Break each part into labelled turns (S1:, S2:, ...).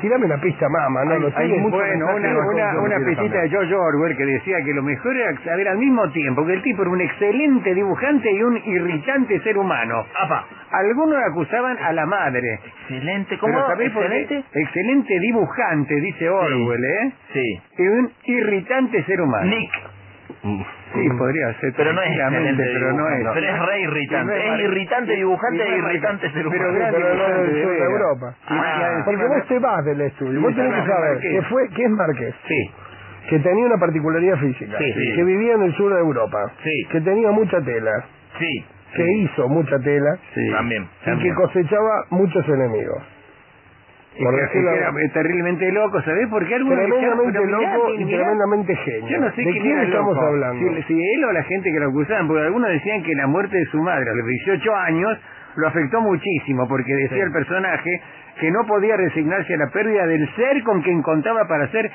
S1: Tirame una pista, mamá. No,
S2: Hay-
S1: lo
S2: hay
S1: tengo
S2: mucho
S1: fuera,
S2: bueno,
S1: no
S2: una,
S1: sé, no,
S2: una,
S1: no
S2: una
S1: quiero
S2: pistita de
S1: cambiar.
S2: George Orwell que decía que lo mejor era saber al mismo tiempo que el tipo era un excelente dibujante y un irritante ser humano.
S3: Apa.
S2: Algunos acusaban a la madre.
S3: Excelente. ¿Cómo?
S2: Pero ¿sabés por qué?
S3: ¿Excelente?
S2: Excelente dibujante, dice Orwell, ¿eh?
S3: Sí.
S2: Y un irritante ser humano.
S3: Nick.
S2: Sí, podría ser.
S3: Pero no es
S2: tranquilamente,
S3: excelente
S2: pero no es.
S3: dibujante, pero es re irritante.
S2: Y no
S3: Es irritante dibujante
S2: y no
S3: e
S2: es mar-
S3: irritante ser
S2: Pero
S3: humano.
S2: gran
S1: Pero no
S2: dibujante
S1: del
S2: de
S1: sur de
S2: veras.
S1: Europa.
S3: Ah,
S1: Porque vos te este vas del estudio. Vos
S2: Sí,
S1: tenés que
S2: claro,
S1: saber
S2: Marqués.
S1: que fue, que es Marqués,
S2: Sí.
S1: que tenía una particularidad física,
S3: Sí, sí.
S1: que vivía en el sur de Europa,
S3: Sí.
S1: que tenía mucha tela,
S3: Sí.
S1: que hizo mucha tela
S2: Sí.
S3: También.
S1: y que cosechaba muchos enemigos.
S2: Y
S1: Por
S2: que- y
S1: decirlo-
S2: que era eh, terriblemente loco, ¿sabés? Porque algunos
S1: Tremendamente
S2: echaron- pero mirá,
S1: loco
S2: mi-
S1: y
S2: mirá,
S1: tremendamente genio.
S2: Yo no sé
S1: ¿De
S2: quién
S1: quién
S2: era
S1: estamos
S2: loco.
S1: hablando?
S2: Si, si él o la gente que lo acusaban, porque algunos decían que la muerte de su madre a los 18 años lo afectó muchísimo, porque decía el personaje que no podía resignarse a la pérdida del ser con quien contaba para hacer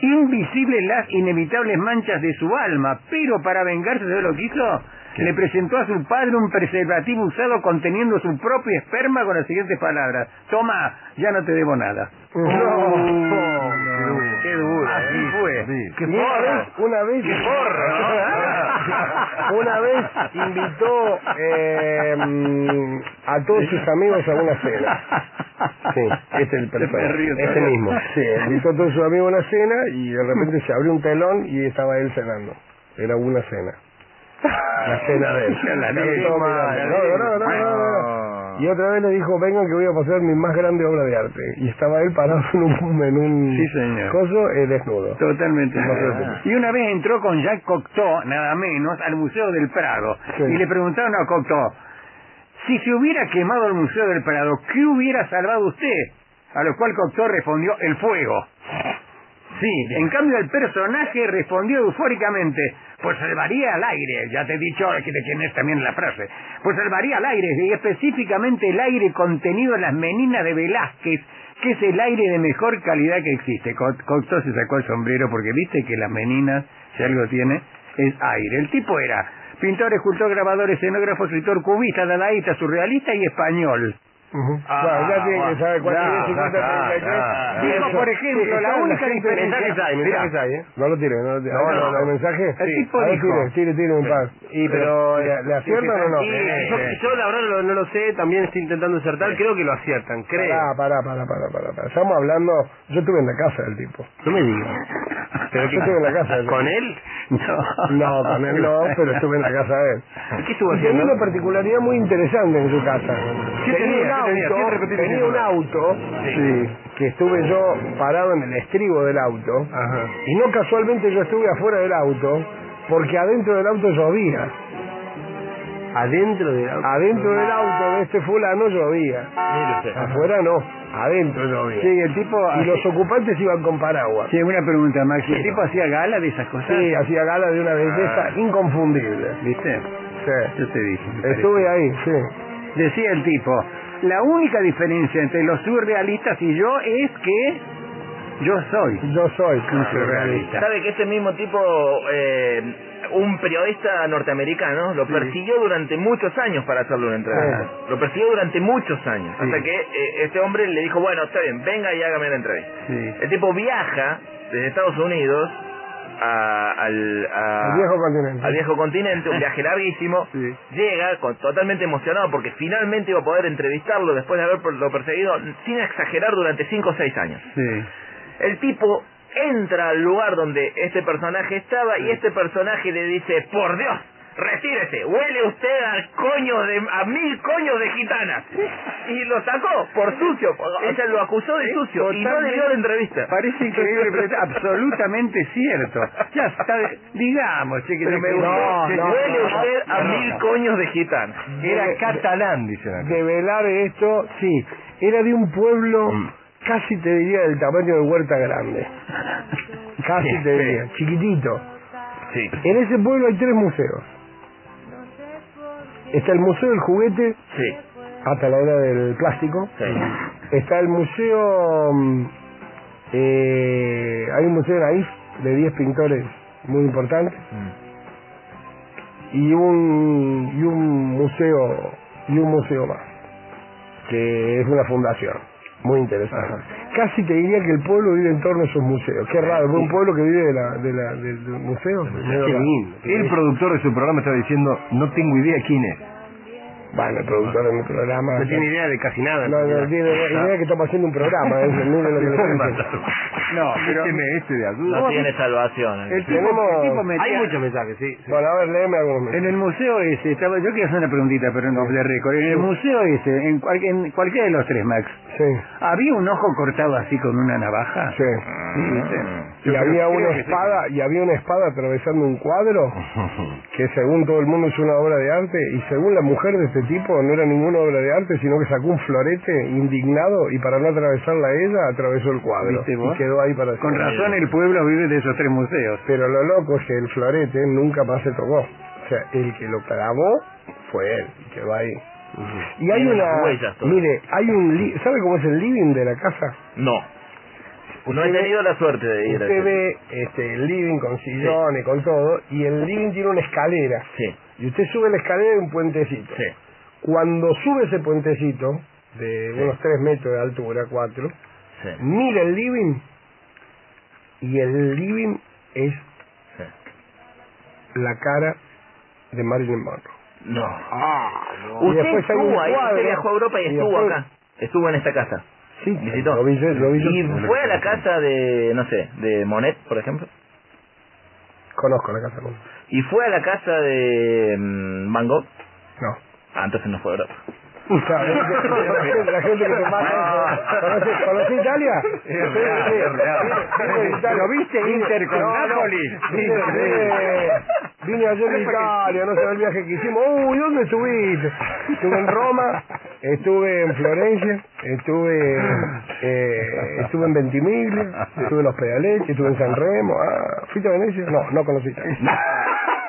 S2: invisibles las inevitables manchas de su alma, pero para vengarse de lo que hizo, le presentó a su padre un preservativo usado conteniendo su propio esperma con las siguientes palabras, toma, ya no te debo nada.
S1: No, no.
S2: Qué duro, así fue. Qué
S1: Y una
S2: porra.
S1: vez, una vez,
S2: ¡Qué porro, no!
S1: una vez invitó eh, mm, a todos sus amigos a una cena. Sí, este es el
S2: Me
S1: personaje,
S2: río
S1: ese
S2: todavía.
S1: mismo. Sí, invitó a todos sus amigos a una cena y de repente se abrió un telón y estaba él cenando. Era una cena. La cena de él.
S2: La
S1: Estaban
S2: ley,
S1: todos
S2: madre.
S1: mirando. No, no, no, no, no, no. Y otra vez le dijo, vengan que voy a pasar mi más grande obra de arte. Y estaba él parado en un, en un
S2: Sí, señor.
S1: coso eh, desnudo.
S2: Totalmente.
S1: Ah.
S2: Y una vez entró con Jacques Cocteau, nada menos, al Museo del Prado.
S1: Sí.
S2: Y le preguntaron a Cocteau, si se hubiera quemado el Museo del Prado, ¿qué hubiera salvado usted? A lo cual Cocteau respondió, el fuego.
S3: Sí.
S2: En cambio, el personaje respondió eufóricamente, pues salvaría al aire, ya te he dicho que de quién es también la frase, pues salvaría al aire, y específicamente el aire contenido en las meninas de Velázquez, que es el aire de mejor calidad que existe. Co- Cocteau se sacó el sombrero porque viste que las meninas, si algo tiene, es aire. El tipo era pintor, escultor, grabador, escenógrafo, escritor, cubista, dadaísta, surrealista y español.
S1: Ujú.
S3: Ah,
S1: Claro, ya tiene que saber cuál
S3: ya,
S1: es cincuenta,
S3: ya,
S1: treinta y tres.
S3: ya,
S2: ya.
S1: Eso.
S2: por ejemplo,
S1: Sí, está
S2: la única
S1: gente-
S2: diferencia-
S1: mensajes hay,
S2: Mirá.
S1: mensajes hay, ¿eh? No lo tire, no lo tire.
S3: No,
S1: Ah,
S3: no, no.
S1: ¿El mensaje?
S2: El tipo
S1: A ver,
S2: dijo.
S1: Tire, tire, tire un par.
S4: Y pero
S1: Mira, ¿Le aciertan o no?
S4: Sí, yo, yo la verdad lo- no lo sé, también estoy intentando acertar, creo que lo aciertan, creo.
S1: Pará, pará, pará, pará, pará, pará. Estamos hablando... Yo estuve en la casa del tipo.
S4: No me digas.
S1: Pero yo estuve en la casa del tipo.
S4: ¿Con él?
S2: No,
S1: No, con él no, pero estuve en la casa de él.
S4: ¿Qué estuvo
S1: Y tenía
S4: haciendo?
S1: una particularidad muy interesante en su casa.
S4: ¿Qué tenía?
S1: un
S4: ¿Qué tenía?
S1: auto,
S4: Siempre repite
S1: tenía
S4: eso.
S1: un auto sí, que estuve yo parado en el estribo del auto
S2: Ah.
S4: Ajá.
S1: y no casualmente yo estuve afuera del auto porque adentro del auto llovía.
S4: Adentro de la...
S1: Adentro del auto de este fulano llovía.
S4: Mire usted.
S1: Afuera no, adentro llovía.
S2: Sí, el tipo...
S1: Y los ocupantes iban con paraguas.
S2: Sí, una pregunta, Max. ¿El tipo hacía gala de esas cosas?
S1: Sí, hacía gala de una belleza inconfundible.
S2: ¿Viste?
S1: Sí.
S2: Yo te dije. me
S1: Estuve ahí, sí.
S2: parece. Decía el tipo, la única diferencia entre los surrealistas y yo es que yo soy
S1: Yo soy
S2: un surrealista.
S3: ¿Sabe que este mismo tipo, eh, un periodista norteamericano, lo persiguió durante muchos años para hacerle una entrevista?
S1: Ajá.
S3: Lo persiguió durante muchos años. Hasta que eh, este hombre le dijo, bueno, está bien, venga y hágame la entrevista.
S2: Sí.
S3: El tipo viaja desde Estados Unidos a- al, a-
S1: Al viejo continente.
S3: al viejo continente, un viaje larguísimo.
S2: Sí.
S3: Llega con, totalmente emocionado porque finalmente iba a poder entrevistarlo después de haberlo perseguido, sin exagerar, durante 5 o 6 años.
S2: Sí.
S3: El tipo entra al lugar donde este personaje estaba y este personaje le dice, por Dios, retírese, huele usted a coños de, a mil coños de gitanas. Y lo sacó por sucio, por- o sea, lo acusó de sucio y no
S2: totalmente-
S3: debió la entrevista.
S2: Parece increíble, pero es absolutamente cierto. Ya está, de- digamos, che, que
S3: Pero me
S2: que-
S3: gustó.
S1: Oh,
S2: No, no,
S3: huele
S2: no,
S3: usted a
S2: no,
S3: mil
S2: no.
S3: coños de gitanas.
S1: Era
S4: catalán, dicen acá.
S1: Develar esto, sí. Era de un pueblo, casi te diría, del tamaño de Huerta Grande. Casi
S3: Sí,
S1: te
S3: sí.
S1: diría, chiquitito.
S3: Sí.
S1: En ese pueblo hay tres museos. Está el Museo del Juguete,
S3: Sí.
S1: hasta la hora del plástico.
S3: Sí.
S1: Está el museo... mm, eh, hay un museo de Naif, de 10 pintores muy importantes.
S4: Mm.
S1: y un y un museo y un museo más que es una fundación muy interesante casi te diría que el pueblo vive en torno a esos museos. Qué raro, fue un pueblo que vive de la, de la, de, de un museo. medio
S4: Qué
S1: raro.
S4: lindo. El productor de su programa estaba diciendo, no tengo idea quién es.
S1: Bueno, el productor de mi programa.
S4: No tiene idea de casi nada.
S1: No, no tiene idea que estamos haciendo un programa. Es el número que le
S4: No, pero... este de ayuda.
S3: No tiene salvación. eh.
S2: El tipo,
S1: Tenemos-
S2: el tipo me
S4: Hay
S2: decía-
S4: muchos mensajes, sí. sí.
S1: Bueno, a ver, léeme algunos
S2: En
S1: mensajes.
S2: el museo ese, estaba, yo quería hacer una preguntita, pero no, de récord. En el museo ese, en, cual- en cualquiera de los tres, Max,
S1: Sí,
S2: ¿había un ojo cortado así con una navaja?
S1: sí.
S2: Yo
S1: Y
S2: creo-
S1: había
S2: creo
S1: una
S2: que sí.
S1: espada, y había una espada atravesando un cuadro que según todo el mundo es una obra de arte y según la mujer de este tipo no era ninguna obra de arte sino que sacó un florete indignado y para no atravesarla a ella atravesó el cuadro
S2: ¿Viste vos?
S1: y quedó ahí para
S2: Con
S1: siempre.
S2: razón el pueblo vive de esos tres museos.
S1: Pero lo loco es que el florete nunca más se tocó. O sea, el que lo clavó fue él, y quedó ahí. Y hay
S3: Tiene
S1: una...
S3: unas huellas todavía.
S1: Mire, hay un... li- ¿Sabe cómo es el living de la casa?
S3: No. No he
S1: Usted ve-
S3: tenido la suerte de ir a
S1: Usted
S3: ese.
S1: ve este, el living con sillones, con todo, y el living tiene una escalera.
S3: Sí,
S1: Y usted sube la escalera y un puentecito.
S3: sí.
S1: Cuando sube ese puentecito, de
S3: Sí.
S1: unos 3 metros de altura, 4,
S3: Sí,
S1: mira el living, y el living es
S3: sí.
S1: la cara de Marilyn Monroe.
S3: No.
S1: Ah, no. Y
S3: Usted
S1: después hay un
S3: estuvo ahí,
S1: cuadro.
S3: usted viajó a Europa
S1: Y
S3: y estuvo
S1: después-
S3: acá. Estuvo en esta casa.
S1: Sí,
S3: Visitó.
S1: lo vi yo- lo vi yo.
S3: Y fue a la casa de, no sé, de Monet, por ejemplo.
S1: Conozco la casa. ¿no?
S3: Y fue a la casa de mm, Van Gogh.
S1: No.
S3: Ah, entonces no fue a Europa.
S1: Claro, la, gente, la gente que se
S2: Ah.
S1: pasa. ¿Conoce, conoce Italia?
S4: Es real, es real.
S2: ¿Pero viste Inter con Napoli?
S1: Vine, vine- vine ayer de Italia, no sé el viaje que hicimos. Uy, ¿dónde estuviste? Estuve en Roma, estuve en Florencia, estuve, eh, estuve en Ventimiglia, estuve en Los Pedaletes, estuve en San Remo. Ah, ¿Fuiste a Venecia? No, no conocí Italia.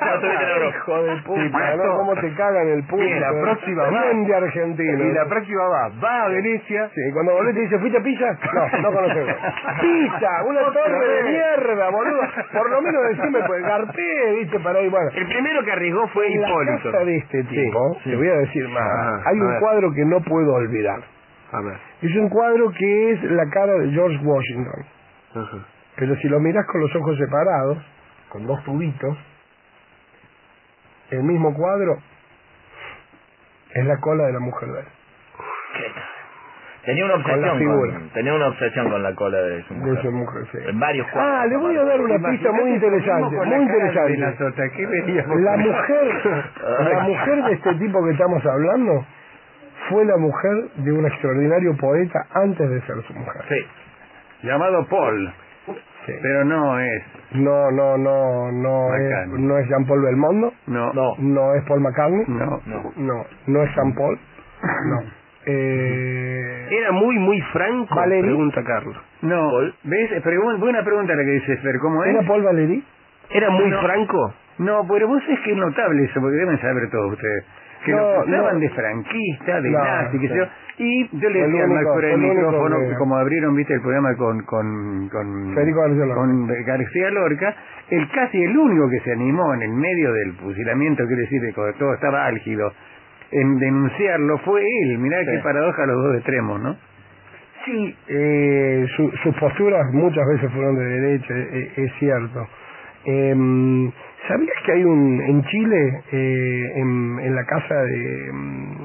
S3: No, estuviste en Europa.
S1: Hijo de puta,
S4: Sí,
S1: ¿no? ¿Cómo te cagan el puto?
S4: Y la próxima va.
S1: Bien de argentino.
S4: Y la próxima va, va a Venecia.
S1: Sí, cuando volvés te dice, ¿fuiste a Pisa? No, no conocemos. Pisa, una torre de mierda, boludo. Por lo menos decime, pues, garpé, viste, para ahí, bueno.
S4: El primero que arriesgó fue
S1: En la
S4: Hipólito.
S1: casa de este tipo,
S4: sí.
S1: te voy a decir más,
S4: Ah,
S1: hay
S4: a
S1: un
S4: ver.
S1: cuadro que no puedo olvidar.
S4: A ver.
S1: Es un cuadro que es la cara de George Washington.
S4: Ajá.
S1: Pero si lo mirás con los ojos separados, con dos tubitos, el mismo cuadro es la cola de la mujer de él.
S3: Tenía una
S1: Con la
S3: obsesión
S1: figura.
S3: con, tenía una obsesión con la cola de su
S1: De su
S3: mujer.
S1: mujer, sí.
S3: En varios cuadros.
S1: Ah, le voy a dar una pista muy interesante,
S2: Con la
S1: muy
S2: cara de la
S1: interesante.
S2: sota, ¿qué veríamos?
S1: La mujer, la mujer de este tipo que estamos hablando fue la mujer de un extraordinario poeta antes de ser su mujer.
S3: Sí.
S2: Llamado Paul,
S1: Sí.
S2: pero no es.
S1: No, no, no, no es,
S2: McCartney.
S1: no es Jean Paul Belmondo,
S2: No.
S1: no es Paul McCartney,
S2: No.
S3: No.
S1: no, no es Jean Paul, no. Eh,
S4: Era muy, muy franco.
S1: Valery.
S4: Pregunta Carlos.
S2: No.
S3: Paul.
S2: ¿Ves? Pregun- buena pregunta la que dices, Fer. ¿Cómo es?
S1: ¿Era Paul Valéry?
S4: Era muy
S2: No.
S4: franco.
S2: No, pero vos es que es notable eso, porque deben saber todos ustedes. Que
S1: No,
S2: lo acusaban
S1: no.
S2: de franquista, de
S1: No,
S2: nazi, qué sé
S1: sí.
S2: yo. Y yo le
S1: Fue el
S2: decía al
S1: único,
S2: Max fuera del
S1: fue el único
S2: micrófono,
S1: que-
S2: como abrieron, viste, el programa con... con, con
S1: Federico García Lorca.
S2: Con García Lorca, el casi el único que se animó en el medio del fusilamiento, quiero decir, de cuando todo estaba álgido, en denunciarlo, fue él. Mirá qué paradoja los dos extremos, ¿no?
S1: Sí, eh, su- sus posturas muchas veces fueron de derecha, e- e- es cierto. Em, ¿Sabías que hay un en Chile, eh, en, en la casa de, em,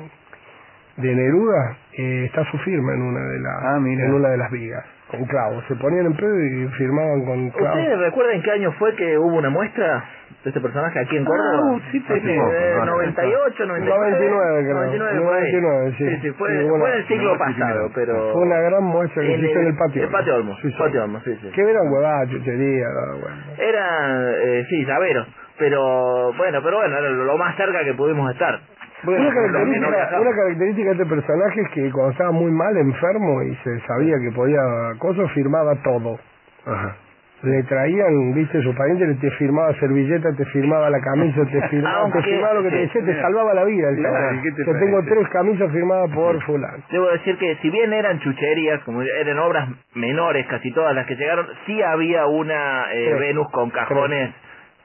S1: de Neruda, eh, está su firma en una de las
S2: Ah, mira.
S1: en una de las vigas con clavos? Se ponían en pedo y firmaban con clavos.
S3: ¿Ustedes recuerdan qué año fue que hubo una muestra de este personaje aquí en Córdoba?
S1: uh,
S2: Ah, sí, tenés.
S3: Eh, 98, 99.
S1: 99, creo.
S3: 99, por ahí.
S1: 99, sí.
S3: Sí, sí, fue,
S1: Sí, hubo
S3: fue
S1: una-
S3: en el siglo
S1: una-
S3: pasado, pero...
S1: Fue una gran muestra que se hizo en el patio.
S3: El patio Olmos,
S1: Sí, sí.
S3: patio Olmos, sí, sí.
S1: Que eran huevadas, chucherías, bueno.
S3: Era, eh, sí, saberos. Pero, bueno, pero bueno, era lo más cerca que pudimos estar.
S1: Una
S3: lo que no
S1: característica,
S3: viajaba.
S1: una característica de este personaje es que cuando estaba muy mal, enfermo y se sabía que podía cosas, firmaba todo.
S4: Ajá.
S1: Le traían, viste, sus parientes, te firmaba servilleta, te firmaba la camisa, te firmaba, te
S3: Aunque-
S1: firmaba lo que te
S3: sí,
S1: decía, te salvaba la vida. El
S4: Claro,
S1: chabón.
S4: ¿y qué te
S1: Yo tengo
S4: parece?
S1: tres camisas firmadas por fulano.
S3: Debo decir que si bien eran chucherías, como eran obras menores casi todas las que llegaron, sí había una eh,
S1: Tres.
S3: Venus con cajones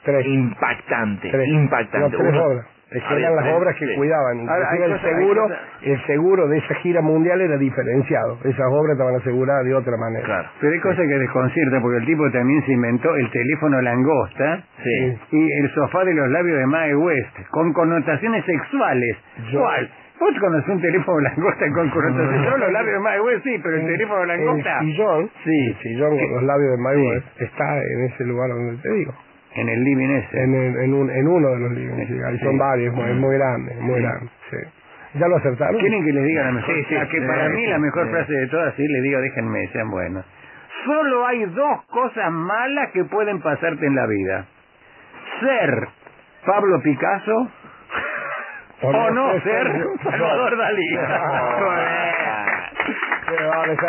S1: Tres.
S3: impactante,
S1: Tres.
S3: impactante.
S1: No, tres
S3: Uno-
S1: obras. Es
S3: A
S1: que eran
S3: ver,
S1: las
S3: eh,
S1: obras que
S3: sí.
S1: cuidaban.
S4: Ahora, hay
S1: Inclusive el
S4: cosas- hay
S1: seguro,
S4: cosas-
S1: el seguro de esa gira mundial era diferenciado. Esas obras estaban aseguradas de otra manera.
S3: Claro.
S2: Pero hay cosas que desconciertan, porque el tipo también se inventó el teléfono langosta
S3: Sí.
S2: y el sofá de los labios de Mae West, con connotaciones sexuales.
S1: Yo-
S2: ¿Cuál? Vos conocés un teléfono langosta con connotaciones. Yo los labios de Mae West sí, pero el
S1: Eh,
S2: teléfono ah. langosta.
S1: El sillón,
S2: Sí.
S1: el sillón con los labios de Maywell está en ese lugar donde te digo.
S2: En el living ese.
S1: En, el- en, un- en uno de los libros. sí. Ahí son
S2: Sí.
S1: varios, es muy grande, es muy
S2: Sí.
S1: grande. sí. ¿Ya lo acertaron?
S2: ¿Quieren que les diga la mejor?
S4: Sí, sí.
S2: La que para
S4: Eh,
S2: mí la mejor
S4: eh.
S2: frase de todas, sí, les digo, déjenme, sean buenos. Solo hay dos cosas malas que pueden pasarte en la vida. Ser Pablo Picasso o no, ser Salvador Dalí.
S1: Ah.
S2: Joder.
S1: Pero, a ver,